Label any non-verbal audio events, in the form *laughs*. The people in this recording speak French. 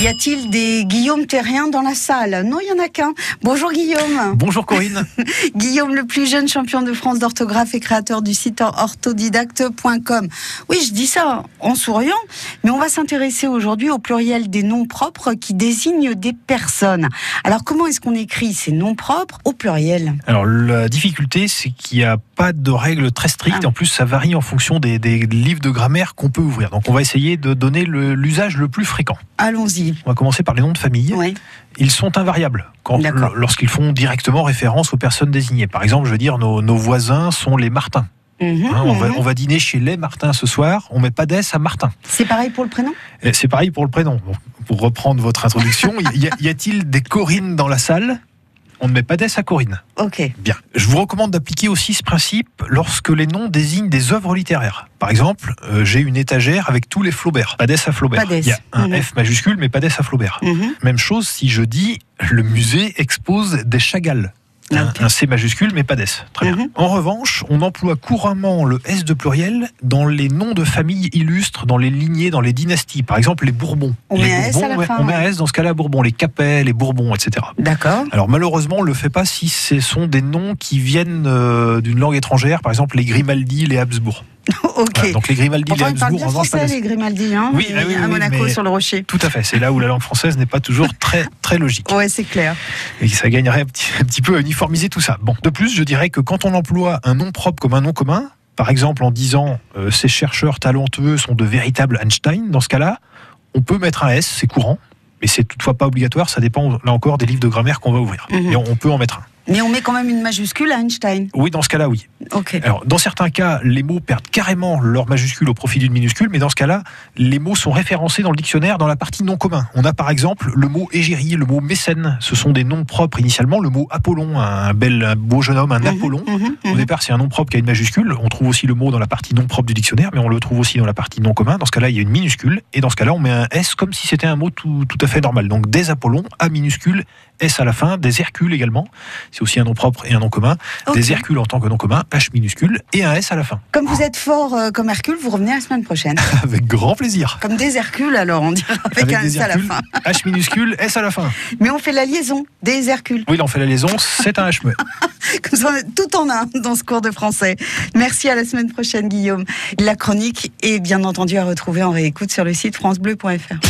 Y a-t-il des Guillaume Terrien dans la salle Non, il y en a qu'un. Bonjour Guillaume. Bonjour Corinne. *laughs* Guillaume, le plus jeune champion de France d'orthographe et créateur du site orthodidacte.com. Oui, je dis ça en souriant, mais on va s'intéresser aujourd'hui au pluriel des noms propres qui désignent des personnes. Alors, comment est-ce qu'on écrit ces noms propres au pluriel Alors la difficulté, c'est qu'il n'y a pas de règles très strictes. Ah. En plus, ça varie en fonction des, des livres de grammaire qu'on peut ouvrir. Donc on va essayer de donner le- l'usage le, plus fréquent. Allons-y. On va commencer par les noms de famille. Oui. Ils sont invariables quand- D'accord. lorsqu'ils font directement référence aux personnes désignées. Par exemple, je veux dire, nos, nos voisins sont les Martins. Mhm, hein. on, va, mhm. on va dîner chez les Martins ce soir. On met pas d'S à Martin. C'est pareil pour le prénom Et C'est pareil pour le prénom. Bon, pour reprendre votre introduction, *laughs* y, a- y a-t-il des Corinne dans la salle On ne met pas d'S à Corinne. Ok. Bien. Je vous recommande d'appliquer aussi ce principe lorsque les noms désignent des œuvres littéraires. Par exemple, euh, j'ai une étagère avec tous les Flaubert. Pas d'S à Flaubert. Pas d'S. Il y a un Mhm. F majuscule, mais pas d'S à Flaubert. Mhm. Même chose si je dis le musée expose des Chagall. Un, Ah, Ok. un C majuscule, mais pas d'S. Très bien. Mhm. En revanche, on emploie couramment le S de pluriel dans les noms de familles illustres, dans les lignées, dans les dynasties. Par exemple, les Bourbons. On les met un S Bourbons, à la ouais, fin, on met un ouais. S dans ce cas-là, Bourbons, les Capets, les Bourbons, etc. D'accord. Alors malheureusement, on ne le fait pas si ce sont des noms qui viennent euh, d'une langue étrangère, par exemple les Grimaldi, les Habsbourg. *laughs* ok. Voilà, Ah, donc les Grimaldi, les Pourtant, ils parlent Habsbourg, bien en revanche, pas français, d'S. les Grimaldi, hein, Oui, ah oui, à oui, Monaco, mais- sur le rocher. Tout à fait, c'est là où la langue française n'est pas toujours très, très logique. Ouais, c'est clair. Et ça gagnerait un petit, *laughs* un petit peu à uniformiser tout ça. Bon, de plus, je dirais que quand on emploie un nom propre comme un nom commun, par exemple en disant euh, ces chercheurs talentueux sont de véritables Einstein, dans ce cas-là, on peut mettre un S, c'est courant, mais c'est toutefois pas obligatoire, ça dépend là encore des livres de grammaire qu'on va ouvrir. Mhm. Et on, on peut en mettre un. Mais on met quand même une majuscule à Einstein. Oui, dans ce cas-là, oui. Ok. *laughs* Alors, dans certains cas, les mots perdent carrément leur majuscule au profit d'une minuscule, mais dans ce cas-là, les mots sont référencés dans le dictionnaire dans la partie non commun. On a par exemple le mot égérie, le mot mécène. Ce sont des noms propres initialement. Le mot Apollon, un bel, un beau jeune homme, un Mhm, Apollon. mhm, Au mhm. départ, c'est un nom propre qui a une majuscule. On trouve aussi le mot dans la partie non propre du dictionnaire, mais on le trouve aussi dans la partie non commun. Dans ce cas-là, il y a une minuscule. Et dans ce cas-là, on met un S comme si c'était un mot tout, tout à fait normal. Donc des Apollons, A minuscule, S à la fin, des Hercules également. C'est aussi un nom propre et un nom commun. Ok. Des Hercules en tant que nom commun, H minuscule, et un S à la fin. *laughs* Comme vous êtes fort euh, comme Hercule, vous revenez la semaine prochaine. Avec grand plaisir. Comme des Hercules, alors on dira avec, un des S à la Hercules, fin. H minuscule, S à la fin. Mais on fait la liaison des Hercules. *laughs* Oui, là, on fait la liaison, c'est un H. muet. Comme ça, on est tout en un dans ce cours de français. Merci à la semaine prochaine, Guillaume. La chronique est bien entendu à retrouver en réécoute sur le site FranceBleu.fr.